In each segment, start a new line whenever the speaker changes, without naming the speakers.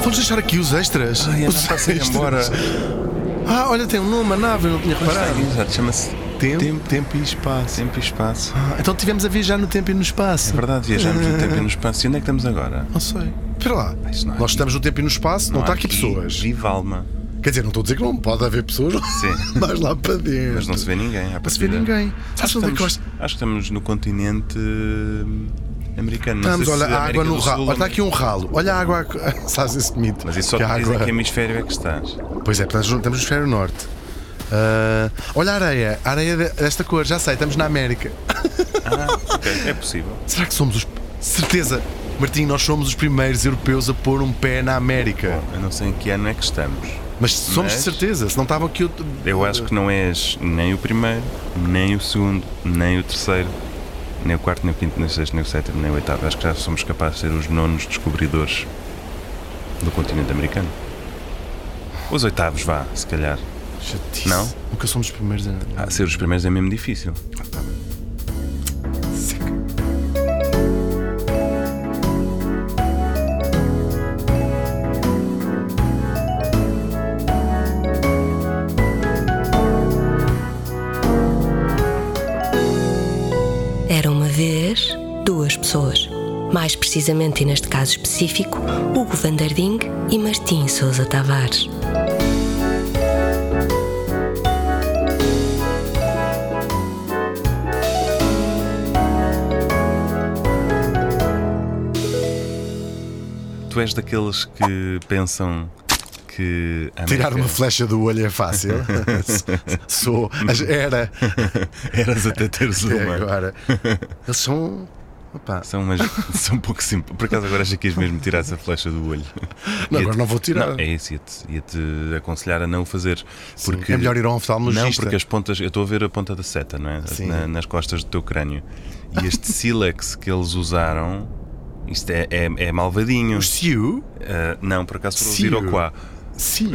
Vamos deixar aqui os extras.
Ai, Ah, a
os
nave está a sair embora.
Ah, olha, tem um nome, a nave, eu não tinha reparado.
Exato, chama-se
Tempo,
Tempo.
tempo, e espaço.
Tempo e Espaço.
Ah, então tivemos a viajar no tempo e no espaço.
É verdade, viajamos no tempo e no espaço. E onde é que estamos agora?
Não sei. Ah, Espera lá.
isso não é
Nós
aqui.
estamos no tempo e no espaço, não, está
há
aqui, pessoas.
Viva alma.
Quer dizer, não estou a dizer que não pode haver pessoas
Sim.
mais lá para dentro.
Mas não se vê ninguém. à
Não se vê
partida.
ninguém. Sabes
Acho
onde
que,
é que
estamos,
nós
acho que estamos no continente eh, americano. Não
estamos?
sei se
Olha, a
América
água no
do
ralo.
Sul,
Olha, está aqui um ralo. Olha a água. a- Sabes esse mito?
Mas isso só
que a
te diz
água.
em que hemisfério é que estás.
Pois é, portanto, estamos no esfero norte. Ah, olha a areia. A areia de- desta cor, já sei, estamos na América.
Ah, ok, é possível.
Será que somos os. Certeza! Martim, nós somos os primeiros europeus a pôr um pé na América.
Eu não sei em que ano é que estamos.
Mas somos de
Mas-
certeza, se não estavam aqui. Eu,
Eu acho que não és nem o primeiro, nem o segundo, nem o terceiro, nem o quarto, nem o quinto, nem o sexto, nem o sétimo, nem o oitavo. Acho que já somos capazes de ser os nonos descobridores do continente americano. Os oitavos, vá, se calhar.
Chatice.
Não?
Nunca somos os primeiros a.
Ah, ser os primeiros é mesmo difícil.
Era uma vez duas pessoas. Mais precisamente, e neste caso específico, Hugo van der Ding e Martim Sousa Tavares.
Tu és daqueles que pensam que. a América-
Tirar uma flecha do olho é fácil. Sou. Mas Era.
Eras até teres
É
uma.
agora. Eles são. Opa.
São, umas, são um pouco simples. Por acaso agora achei que ias mesmo tirar essa flecha do olho.
Não,
Ia-te-
agora não vou tirar.
Não, é isso, ia-te ia-te aconselhar a não o fazer. Porque,
é melhor ir ao oftalmologista.
Não, porque as pontas. Eu estou a ver a ponta da seta, não é?
Sim.
Na- nas costas do teu crânio. E este sílex que eles usaram. Isto é, é, é malvadinho.
Os Siu.
Ah, não, por acaso foram os
Sil.
Iroquois.
Siu.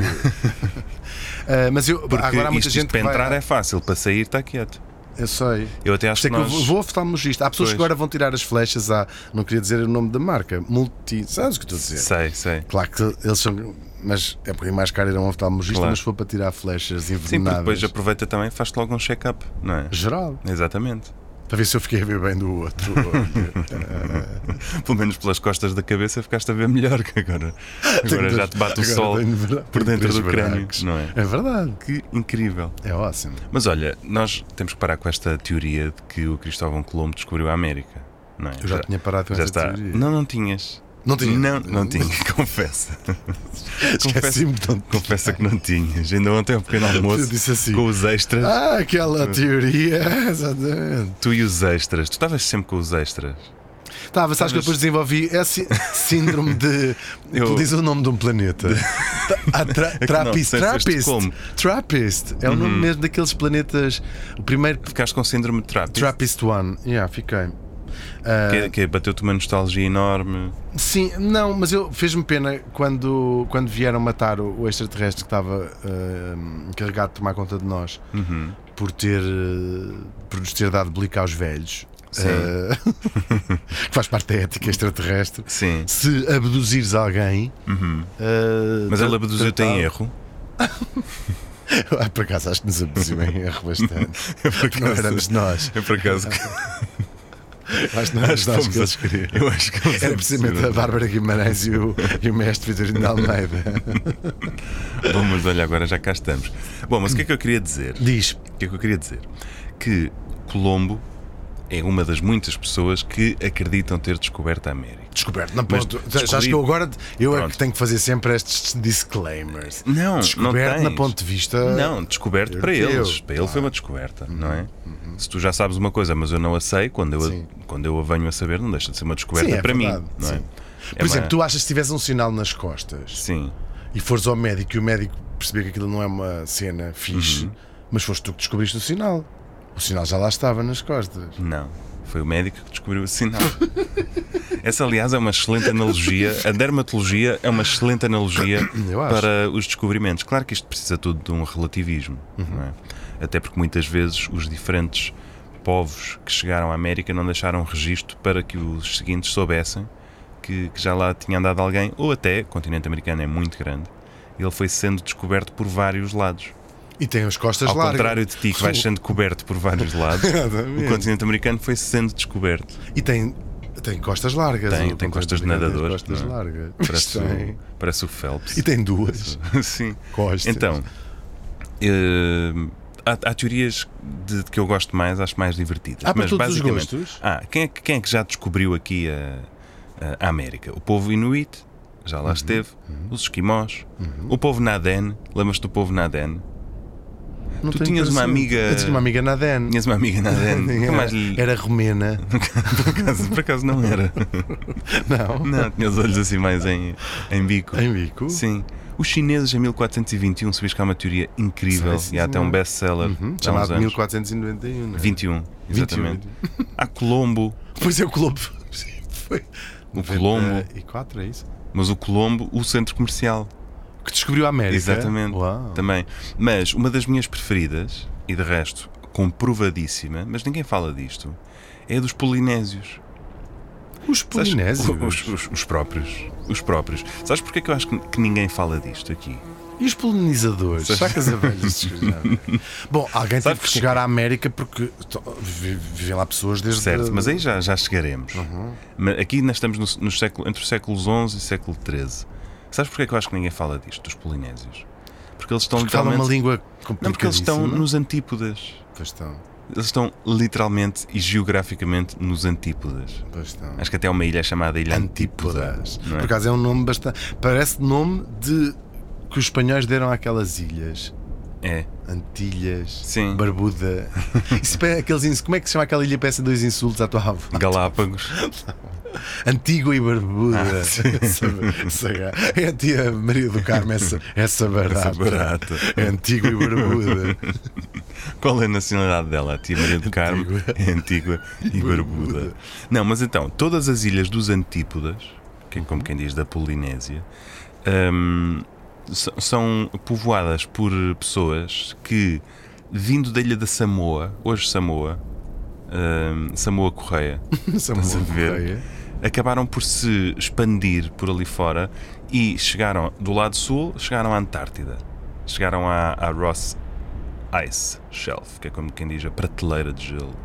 Ah, mas eu.
Porque
agora há muita
isto,
gente
isto para
que vai-
entrar é fácil, para sair está quieto.
Eu sei.
Eu até
Isto
acho
é
que,
que eu
nós...
vou- vou ao oftalmologista. Há pessoas que
Pois.
agora vão tirar as flechas à. Não queria dizer o nome da marca. Multi. Sabes o que estou a dizer?
Sei, sei.
Claro que eles são. Mas é um bocadinho mais caro ir a um oftalmologista,
Claro.
mas se for para tirar flechas
Sim, porque
envenenadas.
depois aproveita também e faz logo um check-up, não é?
Geral.
Exatamente.
Para ver se eu fiquei a ver bem do outro.
Pelo menos pelas costas da cabeça ficaste a ver melhor que agora. Agora já te bate o
Agora
sol
tenho ver-
por dentro
três
do crânio,
buracos.
não é?
É verdade.
Que incrível.
É ótimo.
Mas olha, nós temos que parar com esta teoria de que o Cristóvão Colombo descobriu a América, não é?
Eu já, tinha parado com
já
essa
está.
teoria.
Não, não tinhas.
Não tinha.
Não, não tinha, confessa.
Esqueci-me de um- onde tinha.
confessa que não tinhas. Ainda ontem ao pequeno almoço
Eu disse assim.
com os extras.
Ah, aquela teoria. Exatamente.
Tu e os extras. Tu estavas sempre com os extras.
Estava, Tá, sabes que eu depois desenvolvi esse síndrome de.
Eu- É
Tu diz o nome de um planeta. Tra- ah, tra-
que não
Trappist.
sei se este
Trappist.
como. Uhum.
Trappist. É o nome mesmo daqueles planetas. O primeiro.
Ficaste com síndrome de Trappist,
Trappist One. Yeah, fiquei. Ah,
que, que bateu-te uma nostalgia enorme.
Sim, não, mas eu fez-me pena quando, quando vieram matar o, o extraterrestre que estava ah, encarregado de tomar conta de nós por ter eh, por nos ter dado blica aos velhos.
Sim.
Ah, que faz parte da ética extraterrestre.
Sim.
Se abduzires alguém, ah,
Mas
tra-
ele abduziu
tratá-lo-
tem erro.
Ah, por acaso acho que nos abduziu em erro bastante. não éramos nós.
É por acaso que
Acho que não éramos nós que
fomos
eles
a-
queriam.
Eu acho que fomos
Era
a-
É precisamente a Bárbara Guimarães e o, e o mestre Vitorino de Almeida.
Bom, mas olha, agora já cá estamos. Bom, mas o que é que eu queria dizer?
Diz,
O que é que eu queria dizer? Que Colombo é uma das muitas pessoas que acreditam ter descoberto a América.
Descoberto, não
Mas
ponto.
descobri-
Já acho que eu agora eu é que
Pronto.
tenho que fazer sempre estes disclaimers.
Não, não
descoberto na
tens.
ponto de vista.
Não, descoberto para
europeu,
eles. Para ele foi
Ah.
uma descoberta, não é? Se tu já sabes uma coisa, mas eu não a sei, quando eu,
Uhum. Sim.
a, quando eu a venho a saber, não deixa de ser uma descoberta
Sim, é
para
verdade,
mim, não é?
sim.
É
Por exemplo,
uma-
tu achas que se tivesse um sinal nas costas
Sim,
e fores ao médico e o médico perceber que aquilo não é uma cena fixe,
Uhum.
mas foste tu que descobriste o sinal. O sinal já lá estava nas costas.
não. Foi o médico que descobriu o sinal. Essa, aliás, é uma excelente analogia. A dermatologia é uma excelente analogia
Eu acho.
para os descobrimentos. Claro
Uhum.
que isto precisa tudo de um relativismo, não é? Até porque muitas vezes os diferentes povos que chegaram à América não deixaram registro para que os seguintes soubessem que, que já lá tinha andado alguém, ou até, o continente americano é muito grande, ele foi sendo descoberto por vários lados.
E tem as costas
Ao
largas.
contrário de ti, que vais sendo coberto por vários lados, o
Exatamente.
continente americano foi sendo descoberto.
E tem, tem costas largas.
Tem-
o
tem
Contente
costas de
Americano Tem
nadador,
costas
não é?
largas.
Parece,
Tem.
o, parece o Phelps.
é. E é. tem duas
Sim.
costas.
Então, eh, há, há teorias de, de que eu gosto mais, acho mais divertidas.
Há Ah, para
mas
todos os
basicamente,
gostos?
Ah, quem, é, que- quem é que já descobriu aqui a, a América? O povo Inuit, já
Uhum.
lá esteve. Os Esquimós. O povo Naden, lembras-te do povo Naden?
Não
tu
tenho
tinhas uma
presente.
amiga-
Eu tinha uma amiga na DEN.
Tinhas uma amiga Naden, nunca mais lhe-
Era romena.
por, acaso, por acaso não era.
Não.
Não, tinha os olhos assim mais em, em bico.
Em bico.
Sim. Os chineses em 1421 se que há uma teoria incrível
Sim, sim,
e há até um
senhor.
best-seller há
Uhum,
uns
Chamado
anos.
1491. não é?
21,
21,
exatamente. Há Colombo,
Pois é, o Colombo. Sim, Foi.
O Colombo.
E 4 é isso?
mas o Colombo, o centro comercial,
Que descobriu a América.
exatamente.
é? Uau.
Também. Mas uma das minhas preferidas, e de resto comprovadíssima, mas ninguém fala disto, é a dos polinésios.
Os
Sabes-
polinésios.
Os, os- os próprios. Os próprios. Sabes porquê que eu acho que, que ninguém fala disto aqui?
E os polinizadores?
Sabes-
Sacas a velha. Bom, alguém
Sabes
teve que
que-
chegar à América porque to- vi- vivem lá pessoas desde.
Certo, mas é aí já, já chegaremos.
Uhum.
Mas aqui nós estamos no, no século, entre os séculos XI e século XIII. Sabes porquê que eu acho que ninguém fala disto, dos polinésios? Porque eles estão
Porque falam uma
literalmente-
língua
Não, porque eles estão
complicadíssima.
nos antípodas.
Pois estão,
Eles estão literalmente e geograficamente nos antípodas.
pois estão.
Acho que até há uma ilha chamada Ilha Antípoda.
Antípodas.
não é?
Por acaso é um nome bastante. Parece nome de que os espanhóis deram àquelas ilhas.
É.
Antilhas,
Sim.
Barbuda. Isso pa- aqueles ins- Como é que se chama aquela ilha? Parece dois insultos à tua avó.
Galápagos.
Antígua e Barbuda.
Ah, sim.
Essa- essa gra- é a tia Maria do Carmo, essa, essa barata.
Essa barata.
É Antígua e Barbuda.
Qual é a nacionalidade dela? A tia Maria do Carmo é antiga e barbuda. Não, mas então, todas as ilhas dos Antípodas, que é como quem diz da Polinésia, hum, s- são povoadas por pessoas que, vindo da ilha da Samoa, hoje Samoa, hum, Samoa Correia,
Estás
a ver? acabaram por se expandir por ali fora e chegaram do lado sul, chegaram à Antártida, chegaram à, à Ross Ice Shelf, que é como quem diz a prateleira de gelo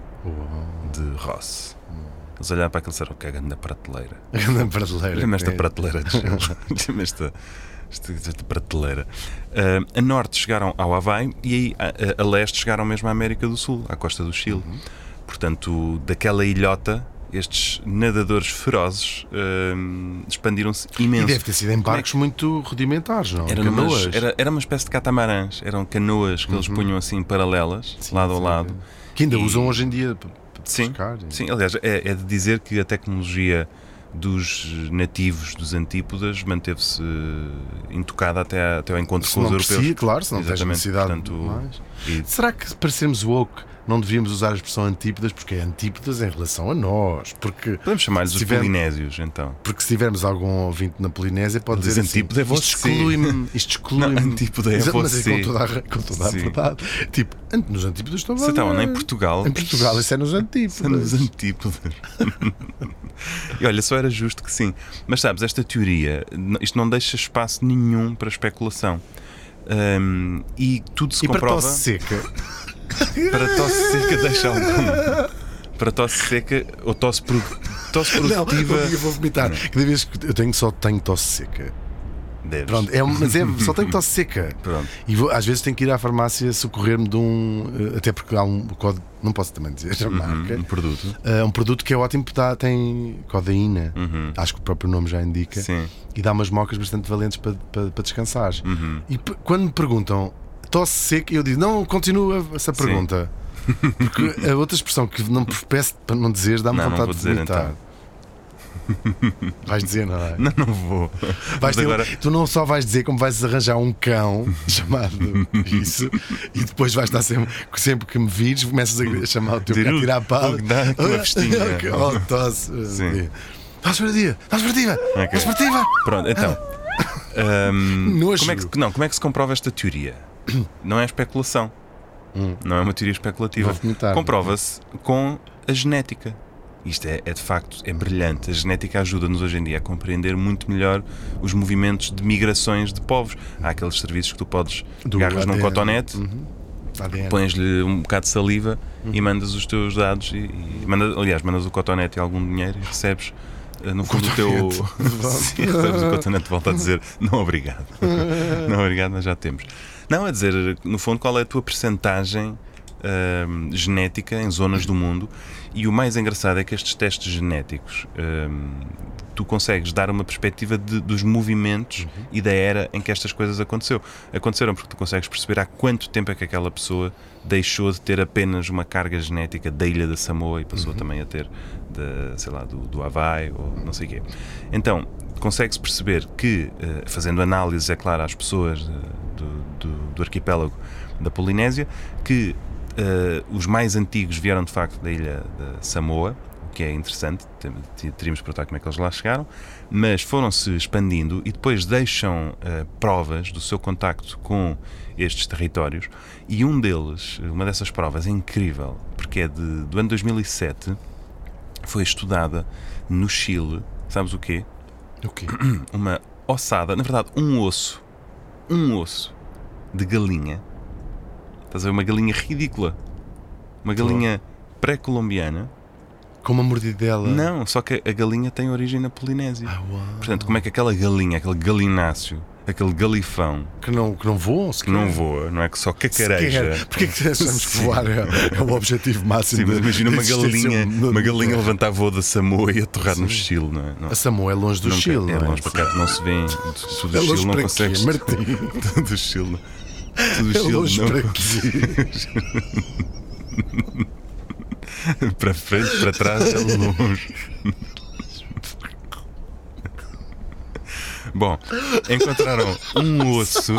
de Ross. Eles olharam para aquilo e disseram: que é grande prateleira.
A grande prateleira.
Olha-me esta
É.
prateleira de gelo. Olha-me esta, esta, esta prateleira. Ah, a norte chegaram ao Havaí e aí a, a- a leste chegaram mesmo à América do Sul, à costa do Chile.
Uhum.
Portanto, daquela ilhota, estes nadadores ferozes ah, expandiram-se
E
imenso.
deve ter sido em
Como é
barcos muito rudimentares, não? é?
Era
Canoas. Uhum.
Umas, era, era uma espécie de catamarãs, eram canoas que eles punham assim paralelas, lado a
sim.
lado.
Que ainda
E-
usam hoje em dia para pescar.
Sim, aliás, é, é de dizer que a tecnologia dos nativos dos Antípodas manteve-se eh, intocada até, a- até ao encontro
Se
com os
não
europeus.
precisa, claro, se não tens
Exatamente,
necessidade
portanto,
de mais.
e-
Será que se parecermos woke não devíamos usar a expressão antípodas porque é antípodas em relação a nós? Porque,
Podemos chamar-lhes
Se
os
tiver-
polinésios, então.
porque se tivermos algum ouvinte na Polinésia pode
Diz
dizer assim,
antípoda é
isto
você."
exclui-me, isto exclui-me.
Não, antípoda é
Exato, Mas é
você.
com toda a, ra- com toda a
Sim.
verdade. Tipo, ant- nos antípodas estão
Você estava lá em Portugal.
Em Portugal, isso é nos
Está
antípodas.
nos antípodas. e olha, só era justo que sim. Mas sabes, esta teoria, n- isto não deixa espaço nenhum para especulação. Ahm, e tudo se
E para
comprova.
tosse seca,
Para tosse seca deixa algum. Para tosse seca ou tosse, pro... tosse
não,
produtiva.
eu vou vomitar. Cada vez que eu tenho só tenho tosse seca.
Deves.
Pronto, é, mas é, só tenho tosse seca.
Pronto.
E vou- às vezes tenho que ir à farmácia socorrer-me de um. eh, Até porque há um código. Não posso também dizer a marca.
Um produto.
É um produto que é ótimo porque dá- tem codeína, acho que o próprio nome já indica,
Uhum. Sim.
e dá umas mocas bastante valentes para, para, para descansar.
Uhum.
E p- quando me perguntam tosse seca, eu digo: não, continua essa pergunta. Porque a outra expressão que não peço para não dizer dá-me
Não, não
vontade
vou
de
dizer, então.
vomitar. Vais dizer, não é?
Não, não vou.
Vais
Mas
ter- um
agora,
Tu não só vais dizer como vais arranjar um cão chamado isso e depois vais estar sempre, sempre que me vires, começas a chamar o teu
Dizer,
cão a tirar a pau.
"Oh, que dá aquela festinha."
oh, tosse. Tá
Sim.
Estás perdida, estás perdida, estás perdida.
pronto, então. ahm,
Nojo.
como, é que, não, como é que se comprova esta teoria? Não é especulação. Não é uma teoria especulativa.
Hum. Vou vomitar.
Comprova-se com a genética. Isto é, é de facto é brilhante. A genética ajuda-nos hoje em dia a compreender muito melhor os movimentos de migrações de povos. Há aqueles serviços que tu podes
Do
agarras num
ADN. Uhum.
cotonete,
ADN.
pões-lhe um bocado de saliva e mandas os teus dados. E, e manda- aliás, mandas o cotonete e algum dinheiro e recebes eh, no fundo o teu. Sim, recebes o cotonete de volta a dizer não obrigado. não obrigado, nós já temos. Não, a dizer, no fundo, qual é a tua percentagem ahm, genética em zonas do mundo. E o mais engraçado é que estes testes genéticos. ahm, Tu consegues dar uma perspectiva de- dos movimentos e da era em que estas coisas aconteceu. aconteceram, porque tu consegues perceber há quanto tempo é que aquela pessoa deixou de ter apenas uma carga genética da ilha da Samoa e passou também a ter, da, sei lá, do, do Havaí ou não sei o quê. Então, consegue-se perceber que, eh, fazendo análise, é claro, às pessoas eh, do, do- do arquipélago da Polinésia, que eh, os mais antigos vieram de facto da ilha da Samoa, o que é interessante, tem- te- teríamos de perguntar como é que eles lá chegaram, mas foram-se expandindo e depois deixam eh, provas do seu contacto com estes territórios e um deles, uma dessas provas é incrível, porque é de, do ano 2007, foi estudada no Chile, sabes o quê?
O quê?
uma ossada, na verdade, um osso, um osso de galinha. Estás a ver uma galinha ridícula? Uma galinha pré-colombiana?
Com uma mordidela.
Não, só que a galinha tem origem na Polinésia.
Ah, uau.
Portanto, como é que aquela galinha, aquele galináceo, aquele galifão
Que não, que não voam, se
que não voa, não é que só cacareja.
Porquê é que achamos que
Sim.
voar é, é o objetivo máximo?
Sim, mas
da-
imagina
da
uma
existência
galinha,
humana?
uma galinha levantar voo da Samoa e aterrar no Chile, não é? Não,
A Samoa é longe do
nunca-
Chile, não
é
é?
longe para cá, não se vê. Tu, tu do
É longe
Chile não
para quê,
consegues.
Martim?
Tu do Chile. Tu do
É
Chile
longe
não
para quê?
Para frente, para trás, é longe. Bom, encontraram um osso,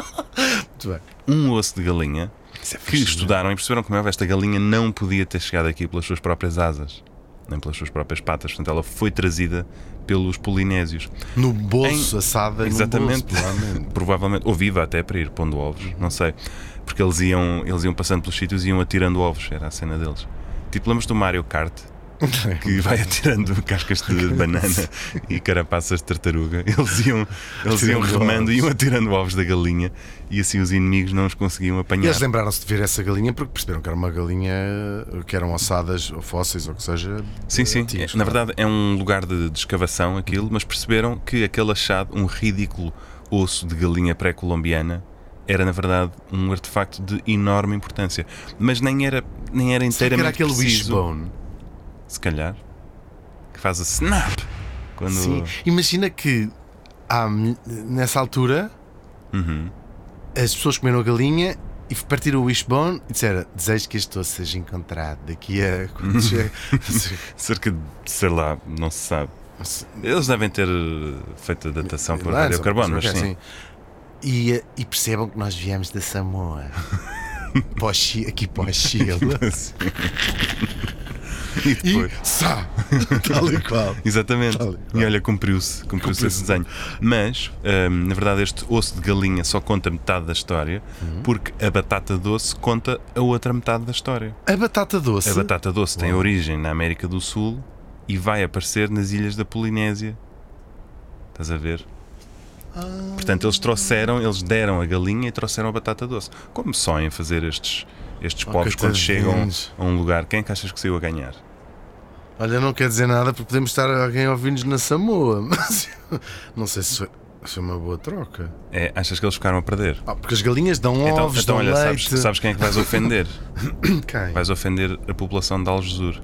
Muito bem.
um osso de galinha
é
que estudaram e perceberam como é que esta galinha não podia ter chegado aqui pelas suas próprias asas, nem pelas suas próprias patas. Portanto, ela foi trazida pelos polinésios.
No bolso, assada no
Exatamente.
bolso, provavelmente.
provavelmente, ou viva até para ir pondo ovos, não sei, porque eles iam, eles iam passando pelos sítios e iam atirando ovos, era a cena deles. Tipo, lembras do Mario Kart? Que vai atirando cascas de banana e carapaças de tartaruga. Eles iam, eles iam
Atirando
remando e
ovos.
iam atirando ovos da galinha e assim os inimigos não os conseguiam
E
apanhar.
eles lembraram-se de ver essa galinha porque perceberam que era uma galinha, que eram ossadas ou fósseis ou o que seja.
Sim, sim.
antigos,
É, Na verdade é um lugar de, de escavação aquilo, mas perceberam que aquele achado, um ridículo osso de galinha pré-colombiana, era na verdade um artefacto de enorme importância. Mas nem era, nem
Será
era
que
inteiramente
era aquele
preciso.
wishbone.
Se calhar. Que faz a snap. Quando...
Sim. Imagina que há mi- nessa altura
Uhum.
as pessoas comeram a galinha e partiram o wishbone e disseram: Desejo que este osso seja encontrado daqui a. quando chega."
Cerca de, sei lá, não se sabe. Eles devem ter eh, feito a datação por
Lançam,
radiocarbono, mas
qualquer
sim.
assim. E, eh, e percebam que nós viemos da Samoa. Para o Chi- aqui para o Chile.
Sim. E
E
depois-
sá! Tal e qual.
Exatamente.
Tal e qual.
E olha, cumpriu-se cumpriu esse desenho. Mas, hum, na verdade, este osso de galinha só conta metade da história, porque a batata doce conta a outra metade da história.
A batata doce.
A batata doce tem origem na América do Sul e vai aparecer nas ilhas da Polinésia. Estás a ver? Portanto, eles trouxeram, eles deram a galinha e trouxeram a batata doce. Como só em fazer estes, estes povos quando chegam
coitadinhos.
a um lugar? Quem é que achas que saiu a ganhar?
Olha, não quer dizer nada porque podemos estar alguém a ouvir-nos na Samoa, mas eu não sei se foi, se foi uma boa troca.
É, achas que eles ficaram a perder?
Ah, porque as galinhas dão
Então,
ovos,
então
dão
olha, sabes,
leite.
sabes quem é que vais ofender?
Quem?
Vais ofender a população de Algesur.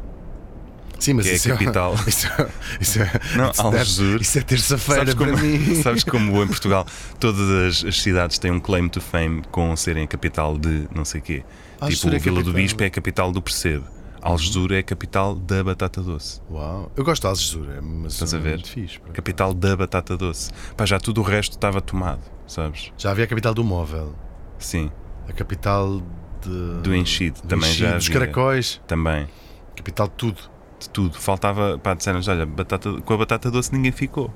Sim, mas
que é a
isso
capital.
Isso é, isso é,
Não,
isso deve-
Algesur.
isso é terça-feira
Sabes
para
como,
mim.
sabes como em Portugal todas as, as cidades têm um claim to fame com serem a capital de não sei quê.
Algesur
tipo,
é
Vila do
capital.
Bispo é a capital do Percebe. Algesur é a capital da batata doce.
Uau, eu gosto de Algesur, é uma
Estás a
zona
ver?
muito fixe. pá.
Capital da batata doce. Pá, já tudo o resto estava tomado, sabes?
Já havia a capital do móvel,
Sim.
a capital de-
Do enchido
do
também
enchido,
já
Dos
havia.
caracóis,
Também.
capital de tudo.
De tudo. Faltava, pá, disseram olha, batata, com a batata doce ninguém ficou.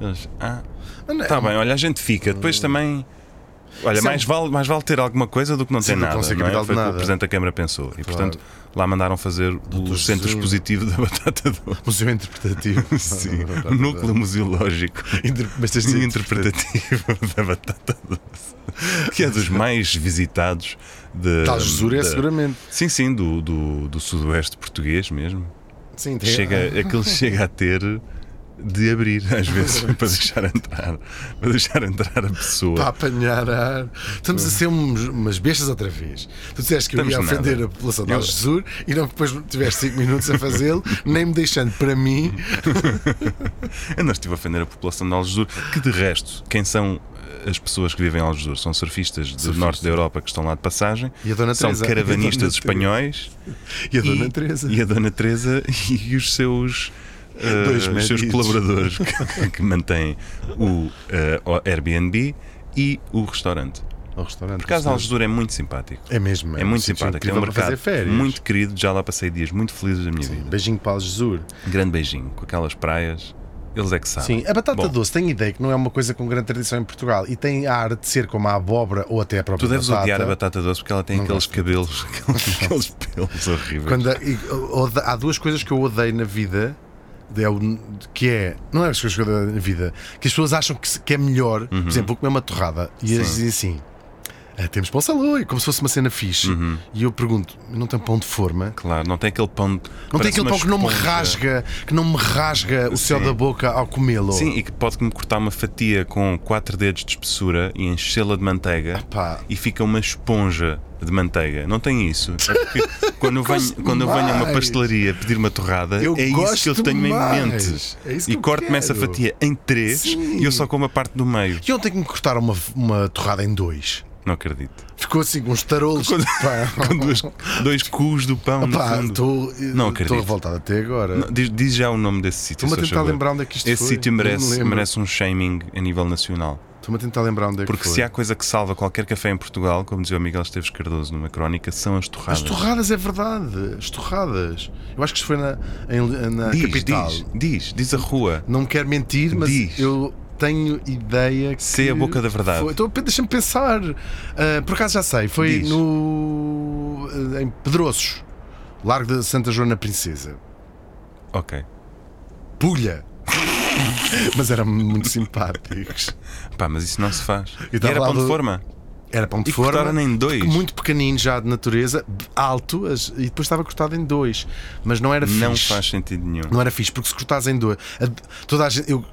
Eles, ah,
Mas não é-
Tá bem, olha, a gente fica. Depois também Olha,
Isso é
mais vale, mais vale ter alguma coisa do que não
Sim,
ter
do que
nada.
não ser
não é?
capital de
Foi o que o
nada.
Presidente da Câmara pensou. E portanto, lá mandaram fazer o centro
Zezinho.
expositivo da batata doce.
Museu interpretativo.
Sim, o núcleo museológico
Inter- Mas tens de ser interpretativo.
interpretativo da batata doce, que é dos mais visitados de.
Tal Jesura é
da-
seguramente.
Sim, sim, do, do, do sudoeste português mesmo.
Sim, tem-
Chega, aquele chega a ter de abrir, às vezes, para deixar entrar, para deixar entrar a pessoa.
Para tá apanhar ar. Estamos a ser uns- umas bestas outra vez. Tu disseste que eu
Estamos
ia
nada.
ofender a população de
Eu-
Algesur e não depois tiveste 5 minutos a fazê-lo, nem me deixando para mim.
Eu não estive a ofender a população de Algesur, que de resto, quem são eh, as pessoas que vivem em Algesur? São surfistas do norte da Europa que estão lá de passagem,
E a Dona
são
Teresa. E a Dona
caravanistas
Teresa.
espanhóis
E a Dona Teresa.
e a Dona Teresa e os seus. eh,
Dois
os seus
maridos.
colaboradores que, que mantêm o, eh, o Airbnb e o restaurante.
Ao restaurante.
Por acaso, Algesur é muito simpático.
É mesmo,
É
um
muito
sítio
simpático. É um
incrível para fazer
mercado
férias.
muito querido. Já lá passei dias muito felizes da minha vida.
Beijinho para Algesur.
Grande beijinho com aquelas praias. Eles é que sabem.
Sim, a batata
Bom.
doce tem ideia que não é uma coisa com grande tradição em Portugal e tem a ar de ser como a abóbora ou até a própria
Tu deves
batata.
odiar a batata doce porque ela tem aqueles cabelos, aqueles, aqueles pelos horríveis.
Quando a- e- o- ode- há duas coisas que eu odeio na vida. é o- que é, não é as coisas que eu odeio na vida, que as pessoas acham que, se- que é melhor,
Uhum.
por exemplo, vou comer uma torrada e eles dizem assim: "Ah, temos pão saloi, como se fosse uma cena fixe. E eu pergunto: não tem pão de forma?
Uhum. Claro, não tem aquele pão. de-
Não tem
parece
aquele
uma
pão que não me
esponja.
rasga, que não me rasga o céu
Sim.
da boca ao comê-lo?
Sim, e que pode-me cortar uma fatia com 4 dedos de espessura e enchê-la de manteiga
pá.
e fica uma esponja de manteiga. Não tem isso. É porque quando, eu venho, quando eu venho a uma
mais.
pastelaria pedir uma torrada,
Eu
é isso que eu
gosto
tenho em
mais.
mente.
É isso que
e
eu
corto-me essa
quero.
fatia em 3
Sim.
e eu só como a parte do meio.
E ontem que me cortaram uma, uma torrada em dois.
Não acredito.
Ficou assim, com uns tarolos de pão.
Com dois, dois cus do pão no
Pá,
fundo.
estou
Não acredito.
estou revoltado até agora.
Não, Diz, diz já o nome desse sítio.
Estou-me a
se faz
tentar
favor.
lembrar onde é que isto
Esse
foi.
sítio
Não me
merece,
lembro.
merece um shaming a nível nacional.
Estou-me a tentar lembrar onde é
Porque
que
se
foi.
há coisa que salva qualquer café em Portugal, como dizia o Miguel Esteves Cardoso numa crónica, são as
As
torradas.
torradas é verdade. As torradas. Eu acho que isto foi na, em- na
diz,
capital.
diz, diz, diz a rua.
Não me quero mentir, mas
Diz.
eu tenho ideia que.
Sê a boca da verdade.
Foi. Então, Deixa-me pensar. Ah, por acaso já sei, foi
Diz.
no. ah, em Pedroços, Largo de Santa Joana Princesa.
Ok.
Pulha! mas eram muito simpáticos.
Pá, mas isso não se faz.
E
E,
tava
era
lá
pão de
do-
forma.
Era pão de
E
forma.
cortaram em dois.
Muito pequenino já de natureza, alto, as- e depois estava cortado em dois. Mas não era
Não
fixe.
faz sentido nenhum.
Não era fixe, porque se cortares em dois. A, toda a gente. Eu,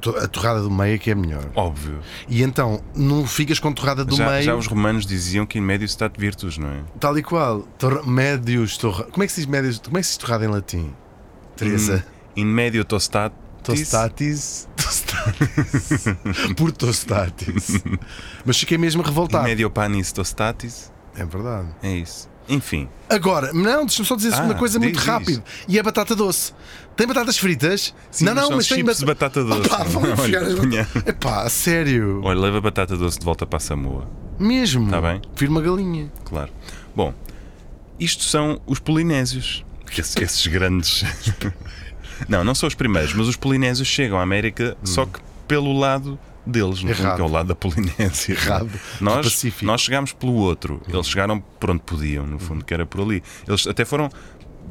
to- a torrada do meio é que é melhor.
Óbvio.
E então, não ficas com torrada do
já,
meio,
já os romanos diziam que em médio se está de virtus, não é?
tal e qual. Tor, médios, torra. Como é que se diz médios? Como é que se diz torrada em latim? Teresa.
In médio tostat.
Tostatis. Tostatis. Por tostatis. Mas fiquei mesmo
In
revoltado.
médio panis tostatis.
É verdade.
É isso. Enfim.
Agora, não, deixa-me só dizer a segunda
Ah,
coisa muito
diz,
rápido. E a batata doce. Tem batatas fritas?
Sim,
não,
mas
não,
são
mas tem
chips
batata.
de batata doce.
Opa, vão
Olha,
enfiar as
punha-
batatas. Epá, a sério.
Olha, leva a batata doce de volta para a Samoa.
Mesmo.
Tá bem.
Vira uma galinha.
Claro. Bom, isto são os polinésios. Esses, esses grandes. não, não são os primeiros, mas os polinésios chegam à América só que pelo lado deles,
Hum.
no fundo,
Errado.
que é o lado da Polinésia.
Errado. Do
Nós,
Pacífico. Hum.
nós chegámos pelo outro. Eles chegaram por onde podiam, no fundo, que era por ali. Eles até foram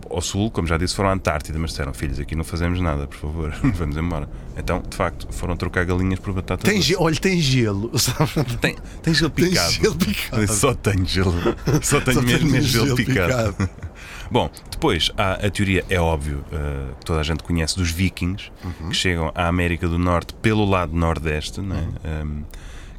ao sul, como já disse, foram à Antártida, mas disseram, filhos, aqui não fazemos nada, por favor, vamos embora. Então, de facto, foram trocar galinhas por batata
Tem,
doce.
ge- olha, tem gelo. sabe?
Tem, tem gelo
Tem
picado.
gelo picado.
Só tenho gelo. Só tenho
Só
mesmo
tenho
gelo,
gelo
picado.
picado.
Bom, depois há a teoria, é óbvio, eh, que toda a gente conhece dos vikings,
Uhum.
que chegam à América do Norte pelo lado nordeste, não é?
Uhum.
Um,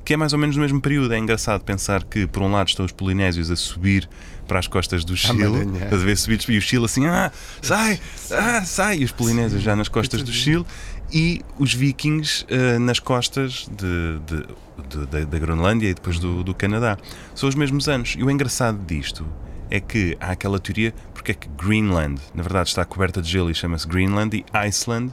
que é mais ou menos no mesmo período. É engraçado pensar que, por um lado, estão os polinésios a subir para as costas do Chile,
Maranhão.
a ver subir e o Chile assim, ah, sai, ah, sai, e os polinésios já nas costas do Chile e os vikings eh, nas costas de, de- de- da- da Groenlândia e depois do, do Canadá. São os mesmos anos. E o engraçado disto é que há aquela teoria porque é que Greenland, na verdade, está coberta de gelo e chama-se Greenland e Iceland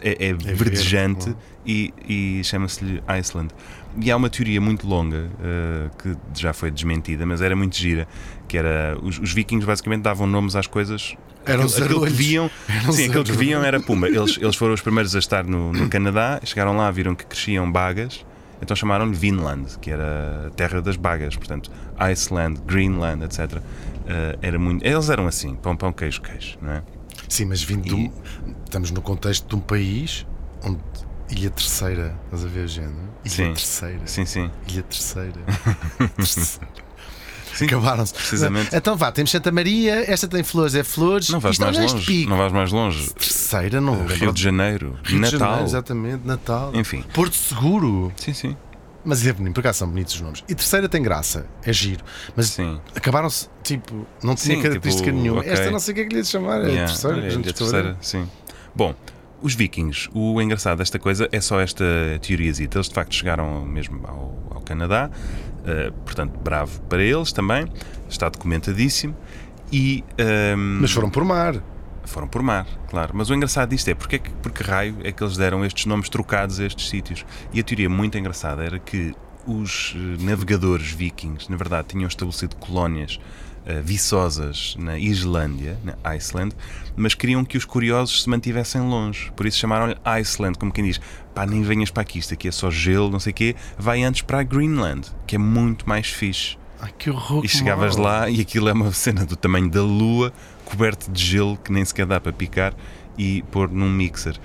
é, é verdejante
claro.
e, e chama-se-lhe Iceland. E há uma teoria muito longa eh, que já foi desmentida, mas era muito gira, que era os, os vikings basicamente davam nomes às coisas.
Eram
aquilo, aquilo que
zarolhos.
viam,
Eram
sim, aquilo que
zarolhos.
viam era pumba. Eles, eles foram os primeiros a estar no, no Canadá, chegaram lá, viram que cresciam bagas Então chamaram-lhe Vinland, que era a terra das bagas, portanto, Iceland, Greenland, etc. Eh, era muito... Eles eram assim, pão, pão, queijo, queijo, não é?
Sim, mas vindo de um- Estamos no contexto de um país onde. Ilha Terceira, estás a ver o género? Ilha
Sim.
Terceira.
Sim, sim.
Ilha Terceira.
Sim.
Acabaram-se.
Precisamente.
Então vá, temos Santa Maria, esta tem flores, é flores.
Não vais
Isto é
mais
neste
longe.
Pico.
Não vais mais longe.
Terceira, não lembro.
Rio de Janeiro,
Rio de
Natal.
Janeiro, exatamente, Natal.
Enfim.
Porto Seguro.
sim, sim.
Mas é bonito, por acaso são bonitos os nomes. E terceira tem graça, é giro. Mas
Sim.
acabaram-se, tipo, não tinha
Sim,
característica
tipo,
nenhuma.
ok.
Esta não sei o que é que lhe ia chamar, é
Yeah,
a terceira.
olha,
que a gente
é a
escolhe.
terceira, sim. Bom, os vikings, o engraçado desta coisa é só esta teoriazita. Eles de facto chegaram mesmo ao, ao Canadá, eh, portanto, bravo para eles também, está documentadíssimo. E, ehm,
Mas foram por mar.
foram por mar, claro. Mas o engraçado disto é porque, é que- porque raio é que eles deram estes nomes trocados a estes sítios. E a teoria muito engraçada era que os eh, navegadores vikings, na verdade, tinham estabelecido colónias eh, viçosas na Islândia, na Iceland, mas queriam que os curiosos se mantivessem longe. Por isso chamaram-lhe Iceland, como quem diz: pá, nem venhas para aqui, isto aqui é só gelo, não sei o quê. Vai antes para a Greenland, que é muito mais fixe.
Ai que horror. que
E chegavas
mal.
lá e aquilo é uma cena do tamanho da lua, coberto de gelo que nem sequer dá para picar e pôr num mixer.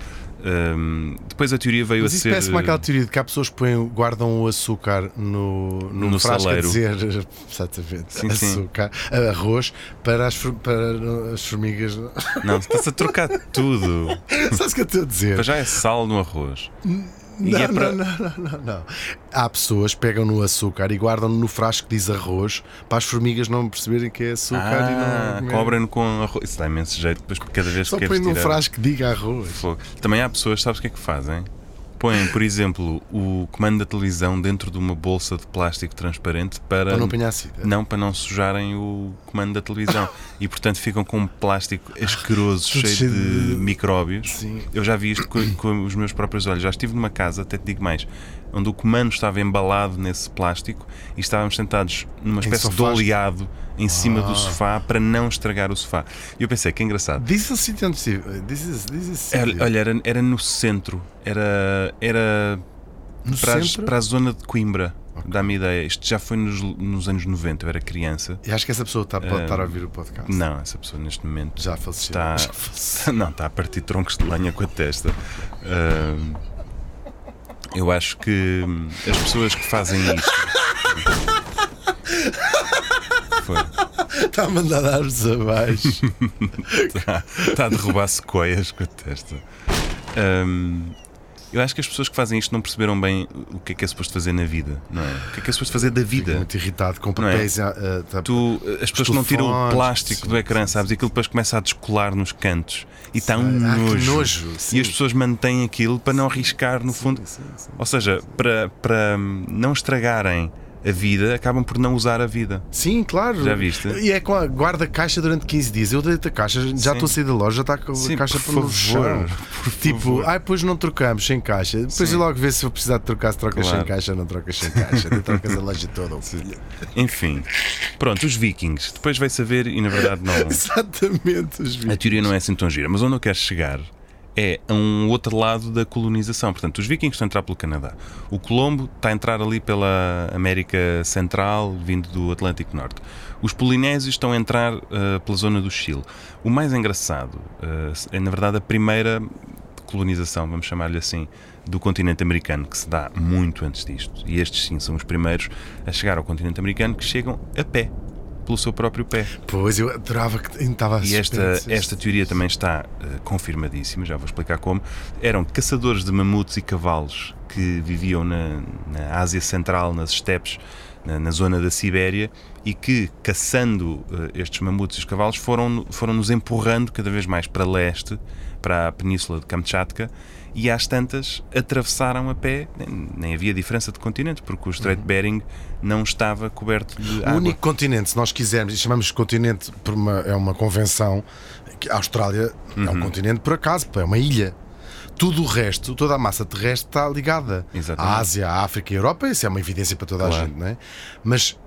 Hum, depois a teoria veio
Mas
a
isso
ser.
parece-me aquela teoria de que há pessoas que põem, guardam o açúcar no, no,
No
frasco
saleiro.
a dizer exatamente,
Sim, sim.
açúcar, arroz para as, for- para as formigas.
Não, estás a trocar tudo.
Sabes o que eu estou a dizer?
Para já é sal no arroz. E
Não,
é para-
não, não, não, não, não. Há pessoas que pegam no açúcar e guardam no frasco que diz arroz para as formigas não perceberem que é açúcar e não.
Ah,
comerem.
cobrem-no com arroz. Isso dá imenso jeito, depois porque cada vez
Só
que
põe
queres
num
tirar.
frasco que diga arroz.
Fogo. Também há pessoas, sabes o que é que fazem? Põem, por exemplo, o comando da televisão dentro de uma bolsa de plástico transparente para,
Para não apanhar é? sida.
Não, para não sujarem o comando da televisão. e portanto ficam com um plástico asqueroso,
Tudo
cheio,
cheio
de,
de-
micróbios.
Sim.
Eu já vi isto co- com, os meus próprios olhos. Já estive numa casa, até te digo mais, onde o comando estava embalado nesse plástico e estávamos sentados numa espécie de
sofás? Ah.
oleado em cima do sofá para não estragar o sofá. E eu pensei, que engraçado.
Diz a sítio onde estive. Diz a- diz a
Era-
sítio.
É, olha, era, era no centro, era, era
no
para, as-
centro.
para a zona de Coimbra. Dá-me ideia. Isto já foi nos, nos anos 90, eu era criança.
E acho que essa pessoa está, pode estar a ouvir o podcast.
É. Não, essa pessoa neste momento
Já faleceu.
está.
Já faleceu.
Não, está a partir troncos de lenha com a testa. Ahm, eu acho que hum, as pessoas que fazem isto. Foi.
Está Tá a mandar árvores abaixo.
Está, está a derrubar sequoias com a testa. Ahm, eu acho que as pessoas que fazem isto não perceberam bem o que é que é suposto fazer na vida, não é? O que é que é suposto fazer da
Fico
vida?
muito irritado com
Não é?
papéis. ah, ah, tá-
Tu, eh, as pessoas que não tiram o
telefones,
plástico do
sim,
ecrã,
sim,
sabes? E aquilo depois começa a descolar nos cantos. E está um
Ah, que
nojo.
nojo, sim.
E as pessoas mantêm aquilo para não arriscar, no fundo. Ou seja, para, para hum, não estragarem a vida, acabam por não usar a vida.
Sim, claro.
Já viste?
E é com a guarda caixa durante 15 dias. Eu deito a caixa, já
Sim.
estou a sair da loja, já está com a
Sim,
caixa
por
por no
favor,
chão.
por
tipo,
favor.
ai, pois não trocamos sem caixa. Depois
Sim.
eu logo ver se eu precisar de trocar, se trocas
Claro.
sem caixa ou não trocas sem caixa. Tu trocas a loja toda. filho.
Enfim. Pronto, os vikings. Depois vai saber e na verdade não.
Exatamente os
A
vídeos.
teoria não é assim tão gira, mas onde eu quero chegar é a um outro lado da colonização. Portanto, os vikings estão a entrar pelo Canadá. O Colombo está a entrar ali pela América Central, vindo do Atlântico Norte. Os polinésios estão a entrar eh, pela zona do Chile. O mais engraçado eh, é, na verdade, a primeira colonização, vamos chamar-lhe assim, do continente americano, que se dá muito antes disto. E estes, sim, são os primeiros a chegar ao continente americano que chegam a pé, pelo seu próprio pé.
Pois, eu adorava que ainda estava a
E esta,
suspense.
esta teoria também está eh, confirmadíssima, já vou explicar como. Eram caçadores de mamutos e cavalos que viviam na, na Ásia Central, nas estepes, na, na zona da Sibéria, e que, caçando eh, estes mamutos e os cavalos, foram, foram nos empurrando cada vez mais para leste, para a península de Kamchatka, e às tantas atravessaram a pé, nem, nem havia diferença de continente, porque o Estreito de Bering não estava coberto de
Uhum. O
água.
único continente, se nós quisermos, e chamamos de continente por uma, é uma convenção, que a Austrália é
Uhum.
um continente por acaso, pá, é uma ilha. Tudo o resto, toda a massa terrestre está ligada
Exatamente.
à Ásia, à África e à Europa, isso é uma evidência para toda
Claro.
a gente, não é? Mas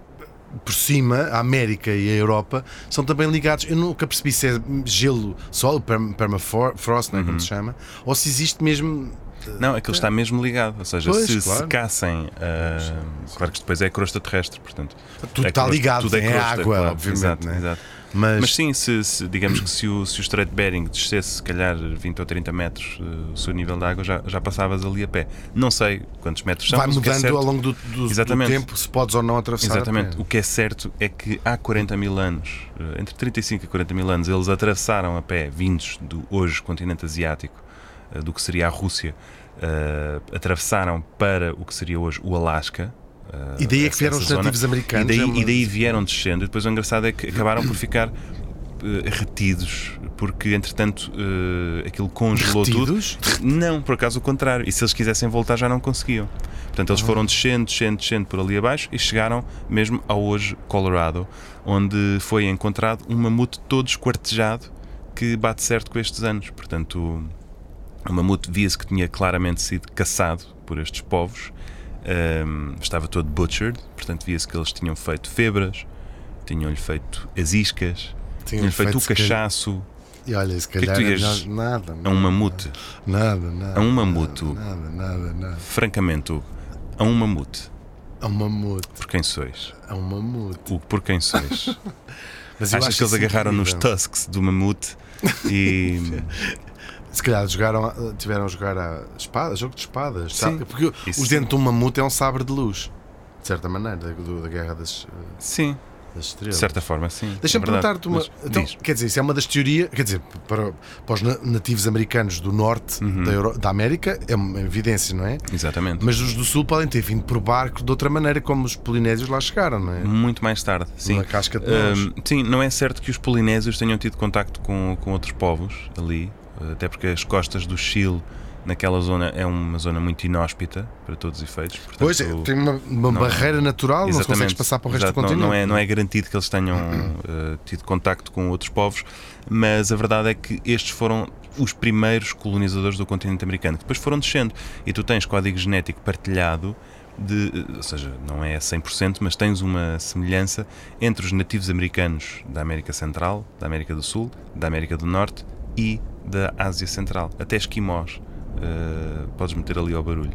por cima, a América e a Europa são também ligados. Eu nunca percebi
Uhum.
se é gelo, solo, perm- permafrost, não é como se chama, ou se existe mesmo
Não, aquilo está mesmo ligado. Ou seja,
Pois,
se
claro.
secassem. ah, claro que depois é a crosta terrestre, portanto.
Tudo
é
está
crosta-
ligado,
tudo é,
é
crosta,
água,
claro.
obviamente,
Exato,
né?
exato.
Mas,
Mas sim, se, se- digamos que se o, se o Strait Bering descesse, se calhar 20 ou 30 metros eh, o seu nível de água, já, já passavas ali a pé. Não sei quantos metros são,
vai
mas o que é
mudando
certo-
ao longo do, do- do
Exatamente.
tempo se podes ou não atravessar. a
Exatamente.
pé.
O que é certo é que há 40 mil anos, eh, entre 35 e 40 mil anos, eles atravessaram a pé, vindos do hoje continente asiático, eh, do que seria a Rússia, eh, atravessaram para o que seria hoje o Alasca. eh,
E daí é que
essa-
vieram
essa
os
zona.
nativos americanos,
E
é
daí,
uma-
e daí vieram descendo. E depois o engraçado é que acabaram por ficar eh, retidos, porque entretanto eh, aquilo congelou
Retidos?
tudo. Não, por acaso o contrário. E se eles quisessem voltar já não conseguiam. Portanto, eles foram descendo, descendo, descendo por ali abaixo e chegaram mesmo ao hoje Colorado, onde foi encontrado um mamute todo esquartejado que bate certo com estes anos. Portanto, o mamute via-se que tinha claramente sido caçado por estes povos. Ahm, estava todo butchered, portanto, via-se que eles tinham feito febras, tinham-lhe feito as iscas, tinham-lhe feito o
se calhar-
cachaço
E olha, se
é que
calhar
tu
é
ias-
melhor- nada.
a um mamute.
Nada, nada.
A um mamute.
Nada, nada, nada.
Francamente, Hugo, a um mamute.
A um mamute.
Por quem sois?
A um mamute.
Hugo, por quem sois?
Mas eu
Achas
acho
que eles
isso
agarraram nos
incrível.
tusks do mamute e.
Se calhar jogaram, a- tiveram a jogar a espada, jogo de espadas. sabe? Porque
Isso
os
sim.
dentes de um mamute é um sabre de luz. De certa maneira, da, do- da guerra das, eh,
Sim,
das
de
estrelas.
certa forma, sim.
Deixa-me
é verdade.
perguntar-te uma.
Mas
então,
diz.
quer dizer, isso é uma das teorias. Quer dizer, para, para os na- nativos americanos do norte
Uhum.
da, Euro- da América, é uma evidência, não é?
Exatamente.
Mas os do sul podem ter vindo por barco de outra maneira, como os polinésios lá chegaram, não é?
Muito mais tarde, sim.
Uma casca de nós.
Ahm, sim, não é certo que os polinésios tenham tido contacto com, com outros povos ali, até porque as costas do Chile, naquela zona, é uma zona muito inóspita para todos os efeitos. portanto,
Pois é, tem uma, uma
não-
barreira natural, não se
Exatamente.
consegues passar para o resto
Exato,
do
não-
continente.
Não, é, não é garantido que eles tenham eh, tido contacto com outros povos, mas a verdade é que estes foram os primeiros colonizadores do continente americano, que depois foram descendo. E tu tens código genético partilhado. De, eh, ou seja, não é 100%, mas tens uma semelhança entre os nativos americanos da América Central, da América do Sul, da América do Norte e da Ásia Central, até esquimós. eh, podes meter ali ao barulho.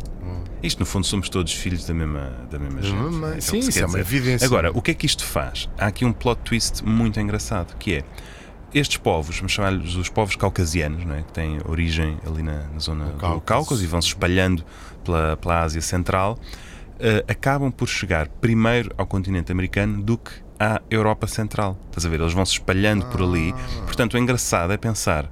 Isto, no fundo, somos todos filhos da mesma, da mesma gente.
Hum. mesma mãe.
É o que
Sim,
se
isso
quer
é uma
dizer.
evidência.
Agora, o que é que isto faz? Há aqui um plot twist muito engraçado, que é estes povos, vamos chamar-lhes os povos caucasianos, não é? que têm origem ali na, na zona do
Cáucaso.
Cáucaso e vão se espalhando pela, pela Ásia Central, eh, acabam por chegar primeiro ao continente americano do que à Europa Central. Estás a ver? Eles vão se espalhando por ali. Portanto, o engraçado é pensar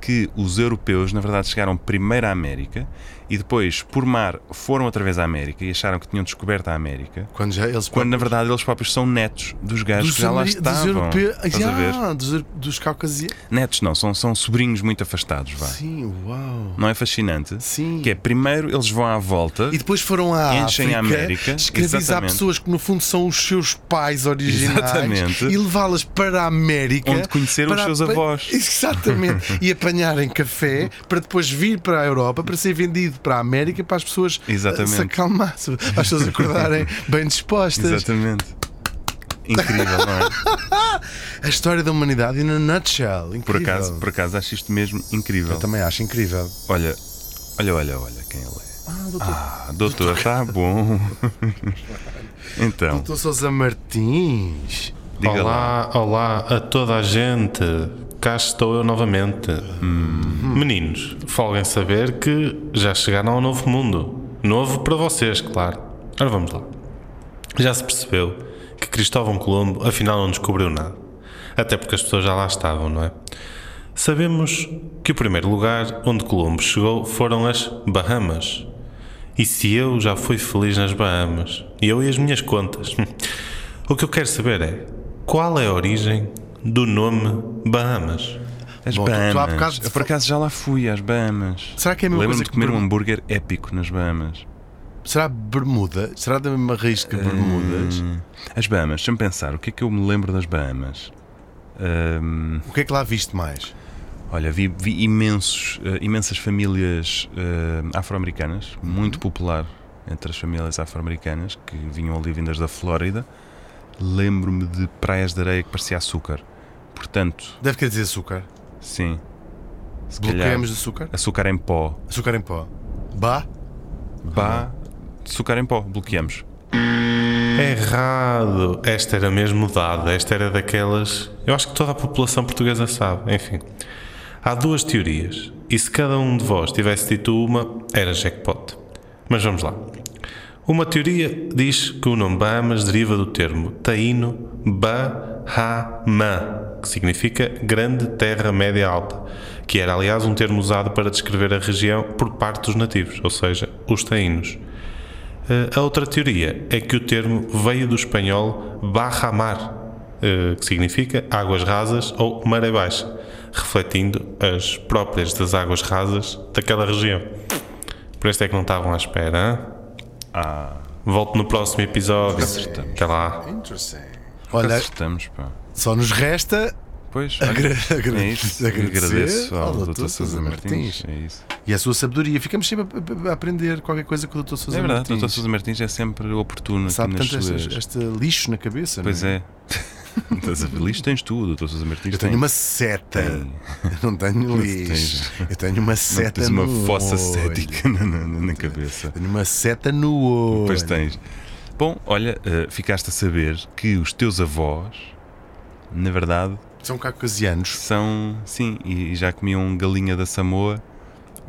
que os europeus, na verdade, chegaram primeiro à América e depois, por mar, foram outra vez à América e acharam que tinham descoberto a América.
Quando já eles
Quando na verdade eles próprios são netos dos gajos
dos,
que já lá
ameri- dos
estavam.
europeus.
Estás a ver?
Ah, dos, euro- dos caucasianos.
Netos não, são, são sobrinhos muito afastados, vá.
Sim, uau.
Não é fascinante?
Sim.
Que é primeiro eles vão à volta.
E depois foram à
Enchem a
África
América,
escravizar
exatamente.
pessoas que no fundo são os seus pais originais
Exatamente.
e levá-las para a América
Onde conheceram os
para-
seus
para-
avós.
Exatamente. e apanharem café para depois vir para a Europa para ser vendido para a América para as pessoas eh,
Exatamente.
se acalmar, se- para as pessoas acordarem bem dispostas.
Exatamente. Incrível, não é?
A história da humanidade in a nutshell. Incrível.
Por acaso, por acaso acho isto mesmo incrível.
Eu também acho incrível.
Olha, olha, olha, olha quem ele é.
Ah, doutor,
Ah, doutor, está bom. então,
doutor Sousa Martins.
diga lá.
Olá, olá a toda a gente. Cá estou eu novamente.
Hum.
Meninos, folguem saber que já chegaram ao novo mundo. Novo para vocês, claro. Ora vamos lá. Já se percebeu que Cristóvão Colombo afinal não descobriu nada. Até porque as pessoas já lá estavam, não é? Sabemos que o primeiro lugar onde Colombo chegou foram as Bahamas. E se eu já fui feliz nas Bahamas? Eu e as minhas contas. O que eu quero saber é qual é a origem do nome Bahamas?
As
Bom, tu- tu há
Bahamas.
bocado-
Eu por acaso já lá fui às Bahamas.
Será que é a mesma
Lembro-me
coisa
de
que
comer um
Bermuda?
hambúrguer épico nas Bahamas.
Será Bermuda? Será da mesma raiz que Bermudas?
Hum, As Bahamas, deixa-me pensar, o que é que eu me lembro das Bahamas? Hum,
O que é que lá viste mais?
olha, vi, vi imensos, eh, imensas famílias eh, afro-americanas,
Uhum.
muito popular entre as famílias afro-americanas que vinham ali vindas da Flórida. Lembro-me de praias de areia que parecia açúcar. Portanto,
Deve querer dizer açúcar.
sim. Se calhar,
Bloqueamos de açúcar?
açúcar em pó.
Açúcar em pó. Bah, Uhum.
Pá, açúcar em pó, bloqueamos.
Errado! É Esta era mesmo dada, esta era daquelas. Eu acho que toda a população portuguesa sabe, enfim. Há duas teorias, e se cada um de vós tivesse dito uma, era jackpot. Mas vamos lá. Uma teoria diz que o nome Bahamas deriva do termo taíno Bahama, que significa Grande Terra Média Alta, que era aliás um termo usado para descrever a região por parte dos nativos, ou seja, os taínos. Eh, A outra teoria é que o termo veio do espanhol barramar, eh, que significa águas rasas ou maré baixa, refletindo as próprias das águas rasas daquela região. Por este é que não estavam à espera, hã? Volto no próximo episódio.
Acertamos.
Até lá.
interesting. Olha,
Acertamos, pá.
só nos resta
Pois,
Agra-
olha,
agra-
é isso.
agradecer
Agradeço
ao
ao
Dr.
Dr. Sousa
Sousa
Martins. É isso.
e a sua sabedoria. Ficamos sempre a, a- a aprender qualquer coisa com o Dr. Sousa
É verdade, o
Martins.
Dr. Sousa Martins é sempre oportuno aqui
Sabe
nas
tanto
suas.
este, este lixo na cabeça,
Pois
não
é. Estás a ver? Lixo tens tudo, o Dr. Sousa Martins
Eu tenho
tem.
uma seta.
Tem.
Eu não tenho lixo. Eu tenho uma
Não,
seta
tens uma
no
fossa
olho.
cética na, na- na cabeça.
Tenho uma seta no olho.
Pois tipo, tens. Bom, olha, eh, ficaste a saber que os teus avós, na verdade,
São caucasianos.
são. Sim, e e já comiam galinha da Samoa.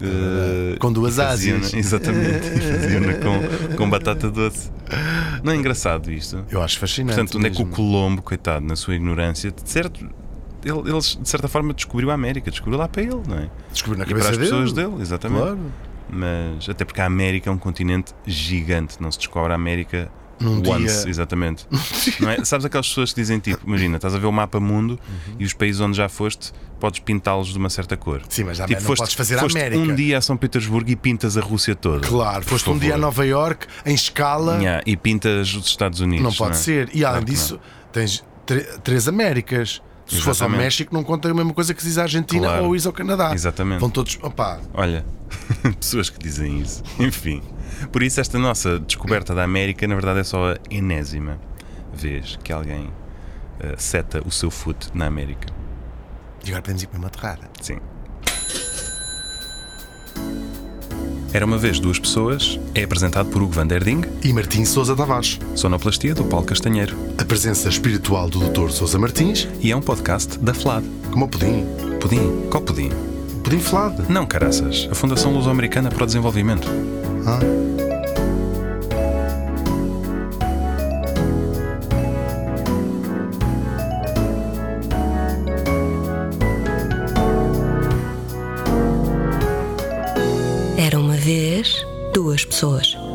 eh,
É Com duas
e faziam-na-
ásias.
Exatamente, e faziam-na com, com batata doce. Não é engraçado isto?
Eu acho fascinante.
Portanto, onde é que o
mesmo.
Colombo, coitado, na sua ignorância, de certo. Ele, ele, de certa forma, descobriu a América, descobriu lá para ele, não é?
Descobri na
E para
cabeça
as
dele.
pessoas dele, exatamente.
Claro.
Mas até porque a América é um continente gigante, não se descobre a América
Num
once,
dia.
exatamente. Não é? Sabes aquelas pessoas que dizem tipo, imagina, estás a ver o mapa mundo
Uhum.
e os países onde já foste, podes pintá-los de uma certa cor.
Sim, mas
Tipo,
não
foste,
podes fazer a
foste
América.
um dia a São Petersburgo e pintas a Rússia toda.
Claro,
Por
foste um dia a
favor.
Nova York em escala.
Nhá, e pintas os Estados Unidos.
Não pode
é?
ser. E
Claro
além
que
disso, tens tre- três Américas. Se fosse ao
Exatamente.
México, não conta a mesma coisa que se diz à Argentina
Claro.
ou is ao Canadá.
Exatamente.
Vão todos. Opa,
Olha, pessoas que dizem isso. Enfim. Por isso, esta nossa descoberta da América, na verdade, é só a enésima vez que alguém eh, seta o seu foot na América.
e agora podemos ir para uma terrada.
Sim. Era uma vez duas pessoas é apresentado por Hugo van der Ding,
E Martim Souza Tavares,
sonoplastia do Paulo Castanheiro,
a presença espiritual do Dr. Sousa Martins,
e é um podcast da FLAD.
como o pudim.
Pudim? Qual pudim?
Pudim flado.
Não, caraças. A Fundação Luso-Americana para o Desenvolvimento.
Ah.
Era uma vez duas pessoas,